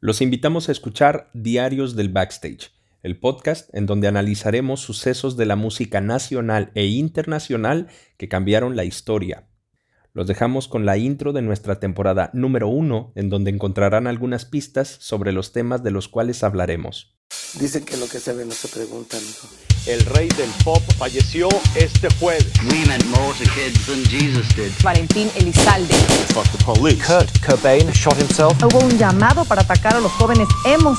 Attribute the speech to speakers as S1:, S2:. S1: Los invitamos a escuchar Diarios del Backstage, el podcast en donde analizaremos sucesos de la música nacional e internacional que cambiaron la historia. Los dejamos con la intro de nuestra temporada número 1, en donde encontrarán algunas pistas sobre los temas de los cuales hablaremos.
S2: Dicen que lo que se ve no se pregunta, mijo.
S3: El rey del pop falleció este jueves.
S4: We meant more as a kid than Jesus did.
S5: Valentín Elizalde.
S6: Fuck the police.
S7: Kurt Cobain shot himself.
S8: Hubo un llamado para atacar a los jóvenes hemos.